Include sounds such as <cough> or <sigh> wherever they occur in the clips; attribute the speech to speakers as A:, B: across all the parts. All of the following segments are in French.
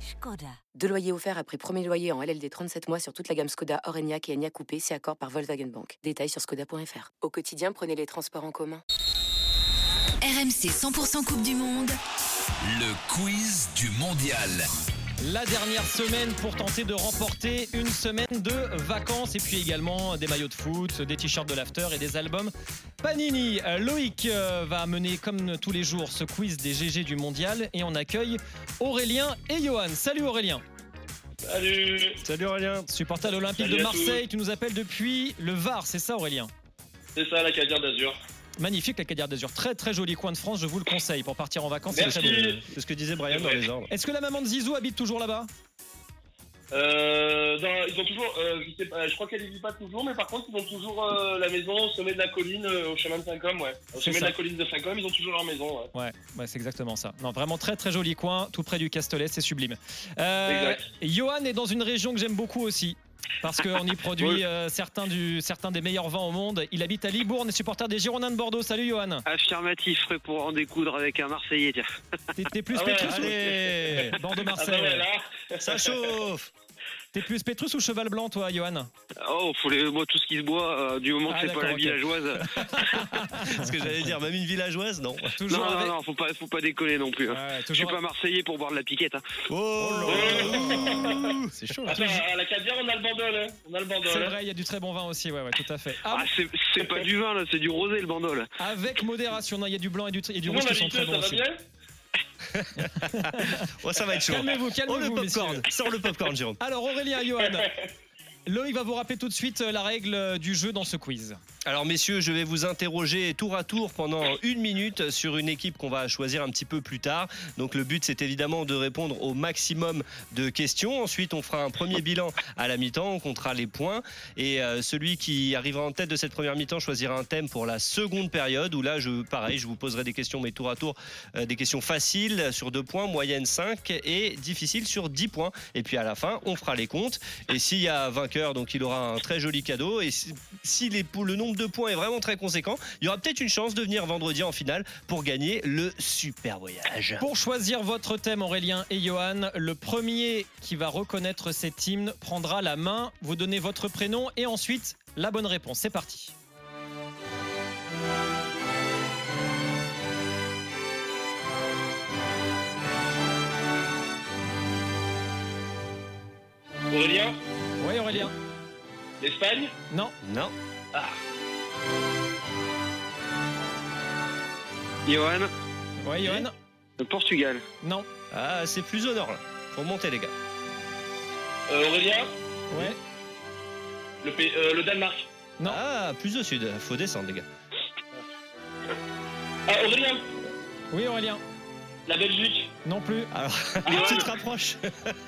A: Skoda. Deux loyers offerts après premier loyer en LLD 37 mois sur toute la gamme Skoda, Orenia et Enya Coupé, c'est accord par Volkswagen Bank. Détails sur skoda.fr. Au quotidien, prenez les transports en commun.
B: RMC 100% Coupe du Monde.
C: Le quiz du mondial.
D: La dernière semaine pour tenter de remporter une semaine de vacances et puis également des maillots de foot, des t-shirts de l'after et des albums Panini. Euh, Loïc euh, va mener comme tous les jours ce quiz des GG du mondial et on accueille Aurélien et Johan. Salut Aurélien.
E: Salut,
F: Salut Aurélien.
D: Supporter de l'Olympique
E: Salut
D: de
E: à
D: Marseille, tu nous appelles depuis le Var, c'est ça Aurélien
E: c'est ça la Cadière d'Azur.
D: Magnifique la Cadière d'Azur, très très joli coin de France, je vous le conseille pour partir en vacances. c'est
E: Merci.
D: très beau.
F: C'est ce que disait Brian dans les ordres.
D: Est-ce que la maman de Zizou habite toujours là-bas
E: Euh, dans- ils ont toujours, euh, je, sais pas, je crois qu'elle y vit pas toujours, mais par contre ils ont toujours euh, la maison au sommet de la colline, euh, au chemin de Saint-Com, ouais. Au
D: C'est
E: sommet de
D: ça.
E: la colline de Saint-Com, ils ont toujours leur maison, ouais.
D: Ouais, ouais, c'est exactement ça. Non, vraiment très très joli coin, tout près du Castellet, c'est sublime. Euh,
E: Exact.
D: Johan est dans une région que j'aime beaucoup aussi. Parce qu'on y
E: <laughs>
D: produit
G: Oui.
D: euh, certains, du, certains des meilleurs vins au monde. Il habite à Libourne et supporter des Girondins de Bordeaux. Salut Johan.
G: Affirmatif, prêt pour en découdre avec un Marseillais. Tiens.
D: T'es- T'es plus
E: Ah ouais,
D: Pétrus
F: allez.
D: ou...
E: Ah bah ouais,
D: Bordeaux-Marseille.
E: là,
F: Ça chauffe
D: T'es plus Pétrus ou Cheval Blanc, toi, Johan
G: Oh, faut les- moi, tout ce qui se boit, euh, du moment
D: Ah,
G: que c'est
D: d'accord,
G: pas la
D: ok.
G: villageoise.
F: <laughs> Ce que j'allais dire, même une villageoise, non.
D: <laughs> Toujours
G: non,
D: avec. Ah
G: non, non, faut pas, faut pas décoller non plus. hein.
D: Ouais,
G: Je suis
D: toujours,
G: pas Marseillais pour boire de la piquette. hein.
F: Oh,
D: là.
F: C'est chaud.
E: attends, à la Cadière on a le bandol, hein. On a le bandol.
D: C'est
E: hein.
D: hein. vrai, il y a du très bon vin aussi, ouais, ouais, tout à fait. Ah,
G: Ah, c'est- c'est pas du vin là, c'est du rosé le bandol.
D: avec modération, non, il y a du blanc et du, et du
E: Sinon,
D: rouge
E: la
D: qui sont
E: Ligue
D: très
E: 2, ça
D: bons
E: va
D: aussi.
E: bien
F: Oh, ça va être chaud.
D: Calmez-vous,
F: Oh, le
D: calmez-vous, messieurs.
F: popcorn. Sors le popcorn, Jérôme.
D: Alors Aurélien et
F: <laughs>
D: Johan, Loïc va vous rappeler tout de suite euh, la règle euh, du jeu dans ce quiz.
F: Alors messieurs, je vais vous interroger tour à tour pendant une minute sur une équipe qu'on va choisir un petit peu plus tard. Donc le but c'est évidemment de répondre au maximum de questions. Ensuite on fera un premier bilan à la mi-temps, on comptera les points. Et euh, celui qui arrivera en tête de cette première mi-temps choisira un thème pour la seconde période où là je pareil, je vous poserai des questions mais tour à tour, euh, des questions faciles sur 2 points, moyenne 5 et difficiles sur 10 points. Et puis à la fin on fera les comptes. Et s'il y a vainqueur, donc il aura un très joli cadeau. Et si- si les, pou- le nombre de points est vraiment très conséquent, il y aura peut-être une chance de venir vendredi en finale pour gagner le super voyage.
D: Pour choisir votre thème, Aurélien et Johan, le premier qui va reconnaître cet hymne prendra la main, vous donnez votre prénom et ensuite la bonne réponse. C'est parti.
E: Aurélien,
D: Oui Aurélien.
E: l'Espagne,
D: Non,
F: Non,
G: Johan,
D: oui Johan.
G: le Portugal.
D: Non,
F: ah, c'est plus au nord là. Faut monter les gars.
E: euh, Aurélien,
D: ouais.
E: le, P- euh, le Danemark.
D: Non.
F: Ah, plus au sud. Faut descendre les gars.
E: Ah, Aurélien,
D: Oui Aurélien.
E: la Belgique.
D: Non plus.
F: Alors, Ah, tu te
E: Johan,
F: rapproches.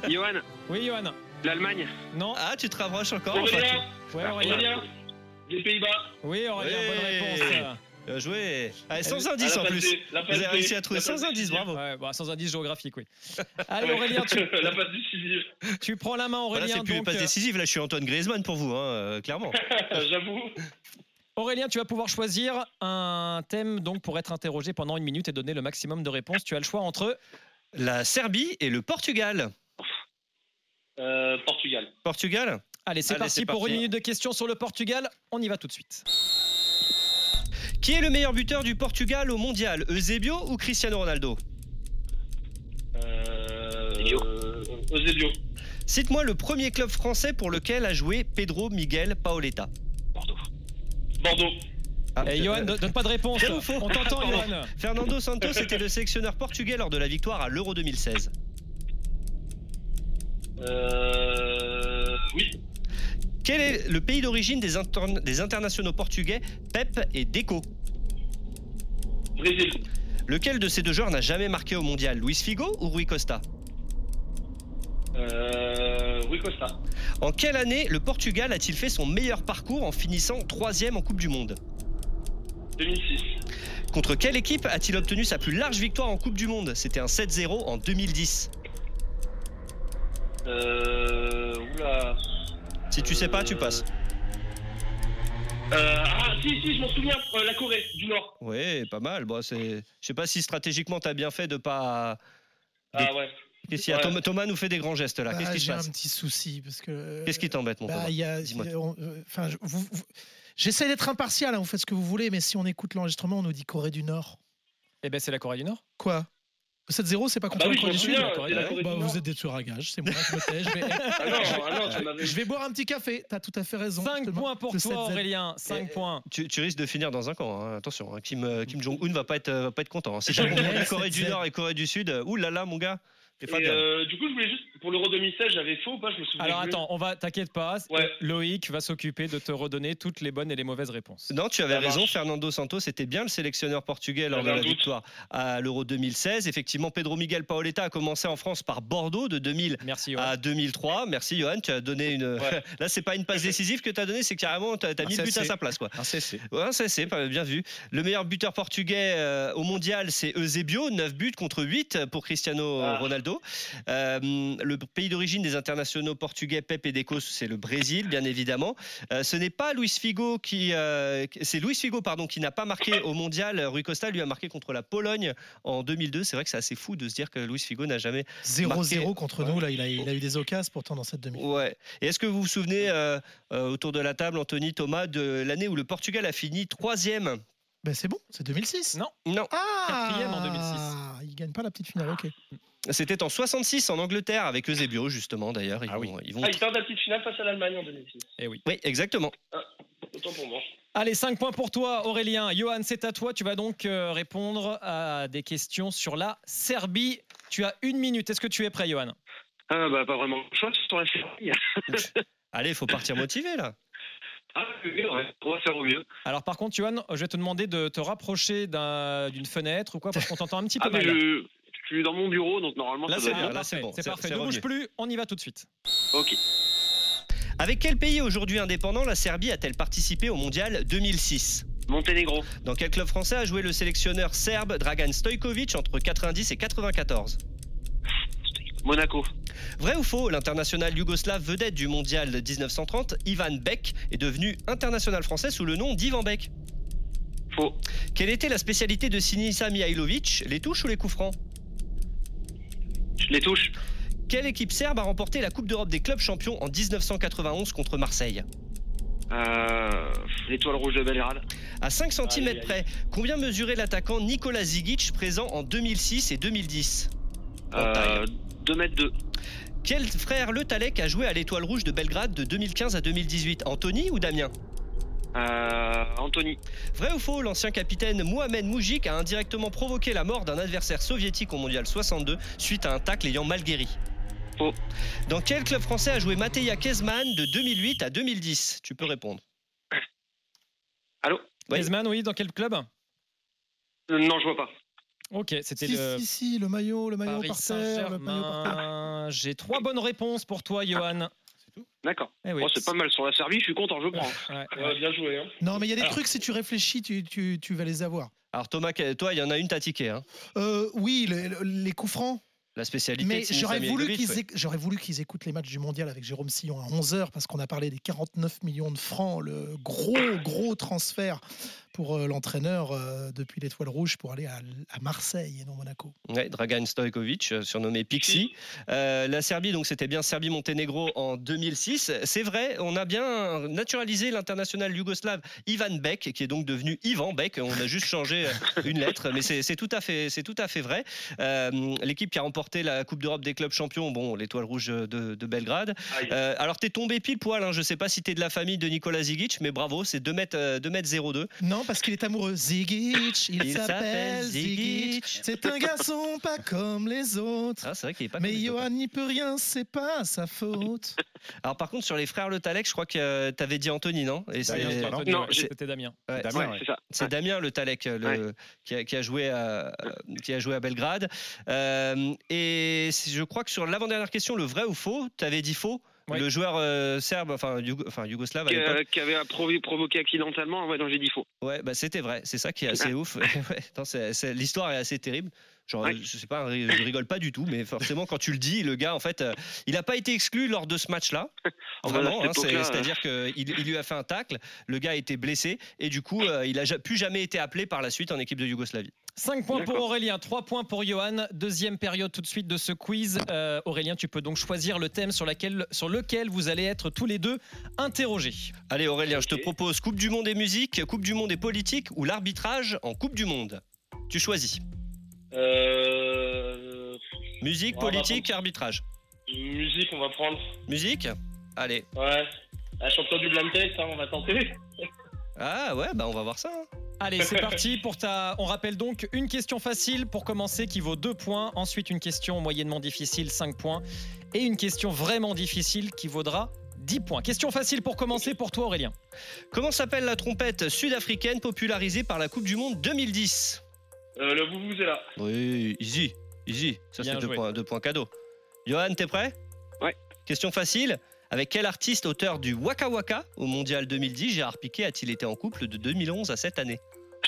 G: Johan,
D: Oui Johan.
G: l'Allemagne.
D: Non.
F: Ah, tu te rapproches encore. enfin, tu-
E: Aurélien,
D: Ouais Aurélien.
E: Aurélien, les Pays-Bas.
D: Oui Aurélien,
F: Oui.
D: bonne réponse.
F: Bien joué. Allez, sans
E: Ah,
F: indice
E: la
F: en
E: passe
F: plus.
E: D, la
F: Vous
E: passe
F: avez
E: D,
F: réussi à trouver
E: la passe
F: sans
E: D.
F: indice, bravo.
D: Ouais, bah, sans indice géographique,
F: <laughs>
D: oui. Allez Aurélien, tu,
E: <laughs> La passe décisive.
D: tu prends la main
F: Voilà,
D: Aurélien.
F: c'est plus une
D: donc,
F: passe
D: euh,
F: décisive. Là, je suis Antoine Griezmann pour vous, hein, euh, clairement.
E: J'avoue.
D: Aurélien, tu vas pouvoir choisir un thème donc pour être interrogé pendant une minute et donner le maximum de réponses. Tu as le choix entre
F: La Serbie et le Portugal.
E: Euh, Portugal.
F: Portugal
D: Allez, c'est
F: Allez,
D: parti
F: c'est
D: pour
F: parti.
D: une minute de questions sur le Portugal. On y va tout de suite.
F: Qui est le meilleur buteur du Portugal au mondial Eusebio ou Cristiano Ronaldo
E: Euh,
G: Eusebio.
E: euh, Eusebio.
F: Cite-moi le premier club français pour lequel a joué Pedro Miguel Paoletta.
G: Bordeaux.
E: Bordeaux.
D: Et Johan,
F: euh,
D: don- donne pas de réponse.
F: Faux, faux.
D: On t'entend,
F: Pardon.
D: Johan.
F: Fernando Santos était le sélectionneur portugais lors de la victoire à l'Euro 2016.
E: Euh, oui.
F: Quel est le pays d'origine des, interne- des internationaux portugais Pep et Deco
E: Brésil.
F: Lequel de ces deux joueurs n'a jamais marqué au mondial Luis Figo ou Rui Costa
E: Euh, Rui Costa.
F: En quelle année le Portugal a-t-il fait son meilleur parcours en finissant troisième en Coupe du Monde
E: 2006.
F: Contre quelle équipe a-t-il obtenu sa plus large victoire en Coupe du Monde C'était un 7-0 en 2010.
E: Euh. Oula.
F: Si tu sais pas, tu passes.
E: Euh, ah, si, si, je m'en souviens, euh, la Corée du Nord.
F: Ouais, pas mal. Bon, c'est... Je sais pas si stratégiquement t'as bien fait de pas.
E: Ah, ouais.
F: Qu'est-ce qu'il y a
E: Ouais.
F: Thomas, Thomas nous fait des grands gestes là.
H: Bah,
F: Qu'est-ce qui se
H: J'ai un
F: passe
H: petit souci parce que.
F: Qu'est-ce qui t'embête, mon
H: Bah,
F: Thomas
H: il y a-
F: Dis-moi.
H: on- euh, Enfin, je- vous- vous- j'essaie d'être impartial. hein, vous faites ce que vous voulez, mais si on écoute l'enregistrement, on nous dit Corée du Nord.
D: Eh ben, c'est la Corée du Nord.
H: Quoi 7-0, c'est pas
E: Bah
H: contre
E: oui,
H: la
E: je m'en
H: Corée du
E: souviens,
H: Sud
D: Corée
E: c'est
D: du
E: la
D: Nord.
E: Corée
H: Bah,
E: du Nord.
H: vous êtes des tueurs à gages, c'est moi, je me tais.
E: <laughs>
H: Je vais,
E: Ah non, ah non, tu
H: <laughs>
E: m'avais.
H: je vais boire un petit café, t'as tout à fait raison.
D: 5
H: justement.
D: points pour
H: Le
D: toi,
H: 7-0.
D: Aurélien. 5
F: Eh,
D: points.
F: tu, tu risques de finir dans un camp. hein. Attention, hein. Kim, euh, Kim Jong-un va pas être, euh, va pas être content.
E: <laughs>
F: hein. Si jamais on a Corée du Nord et Corée du Sud, euh, oulala, mon gars. t'es pas
E: Et,
F: bien.
E: euh, du coup, je voulais juste. Pour l'Euro 2016, j'avais faux ou pas Je me souviens.
D: Alors
E: plus.
D: attends, on va t'inquiète pas.
E: Ouais.
D: Loïc va s'occuper de te redonner toutes les bonnes et les mauvaises réponses.
F: Non, tu avais
E: Ça
F: raison,
E: marche.
F: Fernando Santos était bien le sélectionneur portugais lors de
E: J'avais un
F: la
E: doute.
F: victoire à l'Euro 2016. Effectivement, Pedro Miguel Paoletta a commencé en France par Bordeaux de 2000
D: Merci. Johan.
F: à 2003. Merci Johan, tu as donné une.
E: Ouais.
F: <laughs>
E: Ah,
F: Là, c'est pas une passe décisive que tu as donnée, c'est carrément tu as, mis
D: Un
F: le but à
D: CC.
F: sa place quoi.
D: Un CC.
F: Ouais, ça Ah, c'est pas bien vu. Le meilleur buteur portugais euh, au mondial, c'est Eusebio, 9 buts contre 8 pour Cristiano
E: Ah.
F: Ronaldo. Euh, le pays d'origine des internationaux portugais Pep et Deco, c'est le Brésil, bien évidemment. Euh, ce n'est pas Luis Figo qui, euh, c'est Luis Figo pardon qui n'a pas marqué au mondial. Rui Costa lui a marqué contre la Pologne en 2002. C'est vrai que c'est assez fou de se dire que Luis Figo n'a jamais
H: 0-0 contre
F: Ouais.
H: nous, là, il a, il a eu des occasions pourtant dans cette
E: Oh.
H: demi.
F: Ouais. Et est-ce que vous vous souvenez euh, euh, autour de la table, Anthony, Thomas, de l'année où le Portugal a fini troisième
H: Ben c'est bon, c'est 2006.
D: Non.
F: Non,
H: Ah
D: Quatrième en 2006.
H: Il gagne pas la petite finale, ok.
F: c'était en 66 en Angleterre avec Eusebio justement d'ailleurs. Ils
D: Ah oui.
F: vont- ils vont-
E: Ah, il perd la petite finale face à l'Allemagne en 2006.
F: Oui, exactement.
E: Autant pour moi.
D: Allez, 5 points pour toi, Aurélien. Johan, c'est à toi. Tu vas donc euh, répondre à des questions sur la Serbie. Tu as une minute. Est-ce que tu es prêt, Johan
G: Ah, bah, pas vraiment le choix sur la série.
F: Allez, il faut partir motivé là.
G: Ah, oui, ouais, on va faire au mieux.
D: Alors, par contre, Johan, je vais te demander de te rapprocher d'un- d'une fenêtre ou quoi, parce qu'on t'entend un petit peu
G: Ah, mais
D: mal.
G: je, je suis dans mon bureau, donc normalement,
F: Là,
G: ça
F: c'est
G: doit
D: Ah,
G: être
F: bien. là,
D: parfait,
F: bon,
D: c'est
F: c'est-
D: parfait.
F: c'est
D: Ne bouge
F: revenu.
D: plus, on y va tout de suite.
G: bien. Ok.
F: Avec quel pays aujourd'hui indépendant la Serbie a-t-elle participé au mondial 2006
G: Monténégro,
F: Dans quel club français a joué le sélectionneur serbe Dragan Stojkovic entre 90 et 94
G: Monaco,
F: Vrai ou faux, l'international yougoslave vedette du mondial de 1930, Ivan Beck, est devenu international français sous le nom d'Ivan Beck.
G: faux.
F: Quelle était la spécialité de Sinisa Mihailovic, les touches ou les coups francs
G: Je les touche.
F: Quelle équipe serbe a remporté la Coupe d'Europe des clubs champions en 1991 contre Marseille
G: Euh, L'étoile rouge de Belgrade.
F: À 5
E: Aïe,
F: cm
E: aïe,
F: près, combien mesurait l'attaquant Nikola Zigic présent en 2006 et 2010 En
G: Euh,
F: taille.
G: 2 mètres 2.
F: Quel frère Le Talec a joué à l'Étoile Rouge de Belgrade de 2015 à 2018 Anthony ou Damien
G: Euh, Anthony,
F: Vrai ou faux, l'ancien capitaine Mohamed Moujik a indirectement provoqué la mort d'un adversaire soviétique au mondial 62 suite à un tacle ayant mal guéri
G: Faux.
F: Dans quel club français a joué Mateja Kezman de 2008 à 2010 Tu peux répondre. Oui.
D: Griezmann, oui, dans quel club
G: Euh, non, je vois pas.
D: Ok, c'était
H: Si,
D: le
H: si, si, le maillot, le maillot
D: Paris
H: par terre, le maillot par terre.
D: Saint-Germain. J'ai trois bonnes réponses pour toi, Johan.
G: D'accord.
D: Eh oui.
G: Oh, c'est pas mal sur la Serbie, je suis content, je prends.
D: Ouais, ouais.
E: <laughs> Ouais, bien joué, hein.
H: Ah, Non, mais il y a des trucs, si tu réfléchis, tu, tu, tu vas les avoir.
F: Alors Thomas, que- toi, il y en a une t'as tiqué. Hein.
H: Euh, oui, le- le- les coups francs.
F: La spécialité
H: Mais
F: de Sinisa
H: j'aurais voulu,
F: Mihailovic,
H: qu'ils
F: ouais.
H: éc- j'aurais voulu qu'ils écoutent les matchs du mondial avec Jérôme Sillon à 11h parce qu'on a parlé des 49 millions de francs, le gros, gros transfert pour euh, l'entraîneur euh, depuis l'Étoile Rouge pour aller à, à Marseille et non Monaco.
F: Ouais, Dragan Stojkovic, euh, surnommé Pixie. Euh, la Serbie, donc c'était bien Serbie-Monténégro en 2006. C'est vrai, on a bien naturalisé l'international yougoslave Ivan Beck, qui est donc devenu Ivan Beck. On a juste changé euh, une lettre, mais c'est c'est tout, à fait- c'est tout à fait vrai. Euh, L'équipe qui a remporté la Coupe d'Europe des clubs champions, bon, l'étoile rouge de, de Belgrade.
H: Ah,
E: Aïe.
F: Euh, alors t'es tombé pile poil, hein, je sais pas si t'es de la famille de Nikola Zigic, mais bravo, c'est 2 mètres, euh, 2 mètres 02.
H: Non, parce qu'il est amoureux. Zigic, il,
F: Il s'appelle
H: s'appelle Zigic.
F: Zigic.
H: C'est un garçon pas comme les autres.
F: Ah, c'est vrai qu'il est pas
H: Mais
F: comme les autres.
H: Johan n'y peut rien, c'est pas sa faute.
F: Alors par contre sur les frères Le Talec, je crois que euh, t'avais dit Anthony, non
D: Damien,
F: Et c'est-
D: c'était Anthony,
G: Non,
D: ouais,
G: j'ai-
D: c'était Damien.
F: Ah, Ouais,
I: Damien,
G: Ouais,
I: ouais.
G: c'est ça.
F: C'est Damien Le Talec le-
G: Ouais.
F: qui, a, qui a joué à, euh, qui a joué à Belgrade. Euh, et si- je crois que sur l'avant-dernière question, le vrai ou faux, tu avais dit faux.
D: Ouais.
F: le joueur euh, serbe, enfin, Yougo- enfin, yougoslave Bah, à
G: Qui,
F: l'époque.
G: euh, qui avait provo- provoqué accidentellement. Ouais, non, j'ai dit faux.
F: Ouais, bah c'était vrai. C'est ça
G: Eh
F: qui est assez ouf. <laughs> Ouais, attends, c'est- c'est- L'histoire est assez terrible. Genre,
G: ben. Ouais.
F: je sais pas, je rigole pas du tout, mais forcément, quand tu le dis, le gars, en fait, euh, il n'a pas été exclu lors de ce
G: <laughs>
F: match-là.
G: Ah bah,
F: Vraiment,
G: à cette
F: hein, c'est-
G: époque-là,
F: c'est-à-dire qu'il il lui a fait un tacle, le gars a été blessé, et du coup, euh, il a ja- plus jamais été appelé par la suite en équipe de Yougoslavie.
D: 5 points pour
G: D'accord.
D: Aurélien, 3 points pour Johan. Deuxième période tout de suite de ce quiz. Euh, Aurélien, tu peux donc choisir le thème sur, laquelle- sur lequel vous allez être tous les deux interrogés.
F: Allez, Aurélien, je te
G: Ok.
F: propose Coupe du Monde et musique, Coupe du Monde et politique, ou l'arbitrage en Coupe du Monde. Tu choisis.
E: Euh,
F: Musique,
E: On va
F: politique, arbitrage.
E: musique, on va prendre.
F: Musique Allez.
E: Ouais. La chanson du blind test, hein, on va tenter.
F: Ah ouais, bah on va voir ça. hein.
D: Allez, c'est parti pour ta. On rappelle donc une question facile pour commencer qui vaut 2 points, ensuite une question moyennement difficile 5 points et une question vraiment difficile qui vaudra 10 points. Question facile pour commencer pour toi Aurélien.
F: Comment s'appelle la trompette sud-africaine popularisée par la Coupe du Monde 2010
E: Euh, le vous vous est là.
F: Oui, easy, easy. Ça
D: Bien
F: c'est deux
D: joué.
F: points, deux points cadeaux. Johan, t'es prêt
G: Ouais.
F: Question facile. Avec quel artiste auteur du Waka Waka au Mondial 2010 Gérard Piquet a-t-il été en couple de 2011 à cette année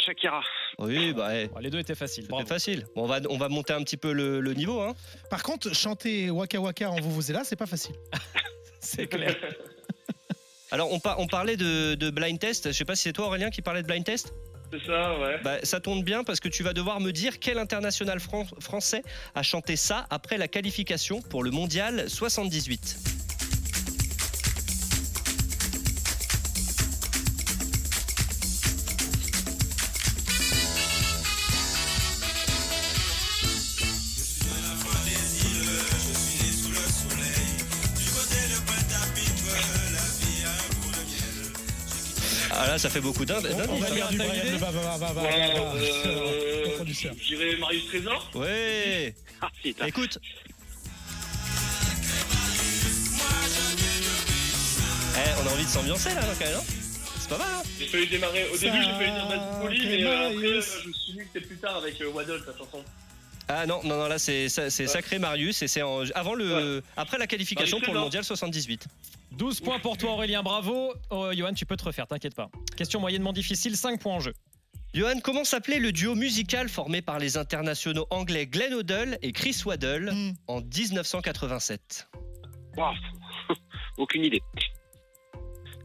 G: Shakira.
F: Oui, bah eh,
D: Bon, Oh, les deux étaient faciles.
F: c'était
D: Bravo.
F: facile. Bon, on va on va monter un petit peu le, le niveau. Hein.
H: Par contre, chanter Waka Waka en Vuvuzela, c'est pas facile.
D: C'est clair.
F: Alors on, par- on parlait de, de blind test. Je sais pas si c'est toi Aurélien qui parlait de blind test.
E: C'est ça, ouais.
F: Bah, ça tourne bien parce que tu vas devoir me dire quel international fran- français a chanté ça après la qualification pour le mondial 78. Ah là, ça fait beaucoup d'Inde.
H: On, on va
D: faire
H: dire du
D: ta
H: Brian
D: idée
H: le Bavard, Bavard,
E: Ouais,
H: Bavard,
E: euh,
H: le producteur.
E: J'irai Marius Trésor.
F: Ouais
G: <laughs> Ah, putain.
F: Écoute Eh, on a envie de s'ambiancer là, quand même, hein C'est pas mal, hein
E: J'ai failli démarrer. Au début, j'ai failli dire Bad Poli, mais euh, après,
H: Marius.
E: euh, je me suis dit que c'était plus tard avec euh, Waddle, sa chanson.
F: Ah non, non, non, là c'est ça- c'est sacré Marius et c'est en- avant le, après la qualification
E: Marius
F: pour le
E: Trésor.
G: hein.
F: mondial 78.
D: 12 points pour toi Aurélien, bravo. Oh, Johan, tu peux te refaire, t'inquiète pas. Question moyennement difficile, 5 points en jeu.
F: Johan, comment s'appelait le duo musical formé par les internationaux anglais Glenn O'Dell et Chris Waddell
H: Hmm.
F: en 1987
G: Waouh. <laughs> Aucune idée.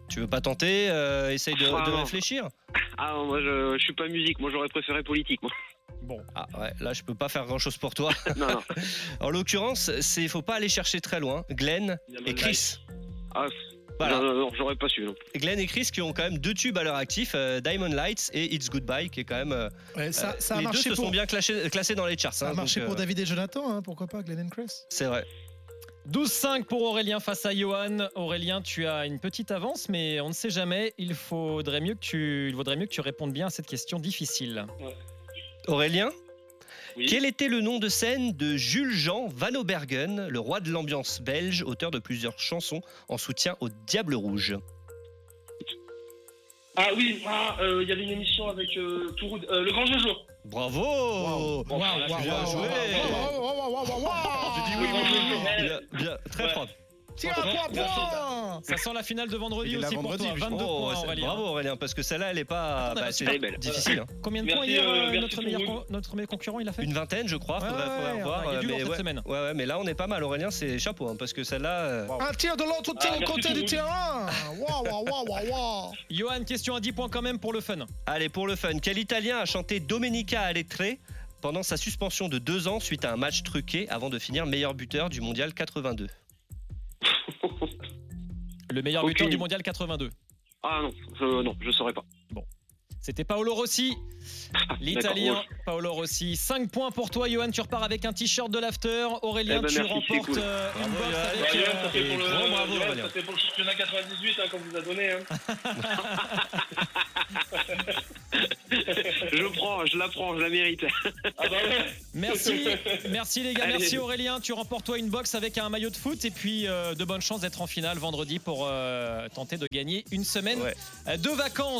F: Tu veux pas tenter euh, Essaye de,
G: Ah,
F: de
G: non.
F: réfléchir
G: Ah, moi, je, je suis pas musique. Moi, j'aurais préféré politique, moi. <laughs>
D: Bon,
F: Ah ouais, là je peux pas faire grand chose pour toi.
G: non, non.
F: En l'occurrence, c'est faut pas aller chercher très loin. Glenn
E: Il y a
F: et
E: Mode Life.
F: Chris.
G: Ah,
F: Voilà.
G: non, non, non, j'aurais pas su, non.
F: Glenn et Chris qui ont quand même deux tubes à leur actif, euh, Diamond Lights et It's Goodbye, qui est quand même. euh,
H: Ouais, ça,
F: euh,
H: ça a
F: les deux
H: marché
F: se sont
H: pour,
F: bien clashés- classés dans les charts.
H: ça a
F: hein,
H: marché
F: donc,
H: pour
F: euh,
H: David et Jonathan, hein, pourquoi pas, Glenn and Chris
F: C'est vrai.
D: 12-5 pour Aurélien face à Johan. Aurélien, tu as une petite avance, mais on ne sait jamais. Il faudrait mieux que tu, il vaudrait mieux que tu répondes bien à cette question difficile.
F: Aurélien
E: Oui.
F: Quel était le nom de scène de Jules Jean Van Obergen, le roi de l'ambiance belge, auteur de plusieurs chansons en soutien au Diable Rouge
E: Ah oui, ah, euh, il y avait une émission avec euh, Touroud, euh, Le Grand Jojo.
F: Bravo
E: Bon, voilà,
F: waouh,
E: je-
F: bien joué.
H: Oh,
E: Le Grand Jojo.
F: Bien, bien, Très
E: Ouais.
F: propre.
H: Tiens,
F: oh,
H: trois points
D: Ça sent la finale de vendredi
I: Il est là
D: aussi pour
I: vendredi,
D: toi. 22
F: Oh,
D: points,
F: c'est-
D: Aurélien.
F: bravo Aurélien, parce que celle-là, elle est pas.
D: Attends,
F: bah,
D: mais
F: c'est
G: Elle est belle.
F: difficile. hein.
D: Combien de
E: Merci,
D: points hier
E: euh,
D: euh,
E: merci
D: notre,
E: pour
D: meilleur,
E: vous.
D: con- notre meilleur concurrent il a fait
F: Une vingtaine, je crois.
D: Ouais,
F: faudrait,
D: ouais,
F: faudrait
D: ouais,
F: voir. euh,
D: il y a du
F: mais
D: lourd cette
F: ouais.
D: semaine.
F: Ouais, ouais, mais là, on est pas mal, Aurélien, c'est chapeau, hein, parce que celle-là. euh,
H: Un tir de l'autre
E: Ah, merci,
H: côté du
E: Toulouse.
H: terrain Waouh, waouh, waouh, waouh, waouh
D: Johan, question à 10 points quand même pour le fun.
F: Allez, pour le fun, quel Italien a chanté Domenica Aletre pendant sa suspension de deux ans suite à un match truqué avant de finir meilleur buteur du mondial 82
D: Le meilleur
G: Aucune
D: buteur du
G: idée.
D: mondial 82.
G: Ah, non, je, non, je saurais pas.
D: C'était Paolo
G: <laughs>
D: Rossi, l'italien Paolo Rossi. 5 points pour toi, Johan. Tu repars avec un t-shirt de l'after. Aurélien,
G: Eh ben,
D: tu
G: merci, c'est
D: remportes
G: cool.
D: euh, une
F: Bravo,
D: box
F: Johan.
D: avec.
E: Ouais,
D: euh,
E: Johan, ça fait
F: et
E: pour le,
F: grand bravo,
E: Johan,
F: Aurélien.
E: ça fait pour le championnat 98 hein, qu'on vous a donné. Hein.
G: Je prends, je la prends, je la mérite.
E: Ah bah ouais.
D: Merci, merci les gars,
G: Allez.
D: merci Aurélien. Tu remportes toi une box avec un maillot de foot et puis euh, de bonnes chances d'être en finale vendredi pour euh, tenter de gagner une semaine
F: Ouais.
D: euh, de vacances.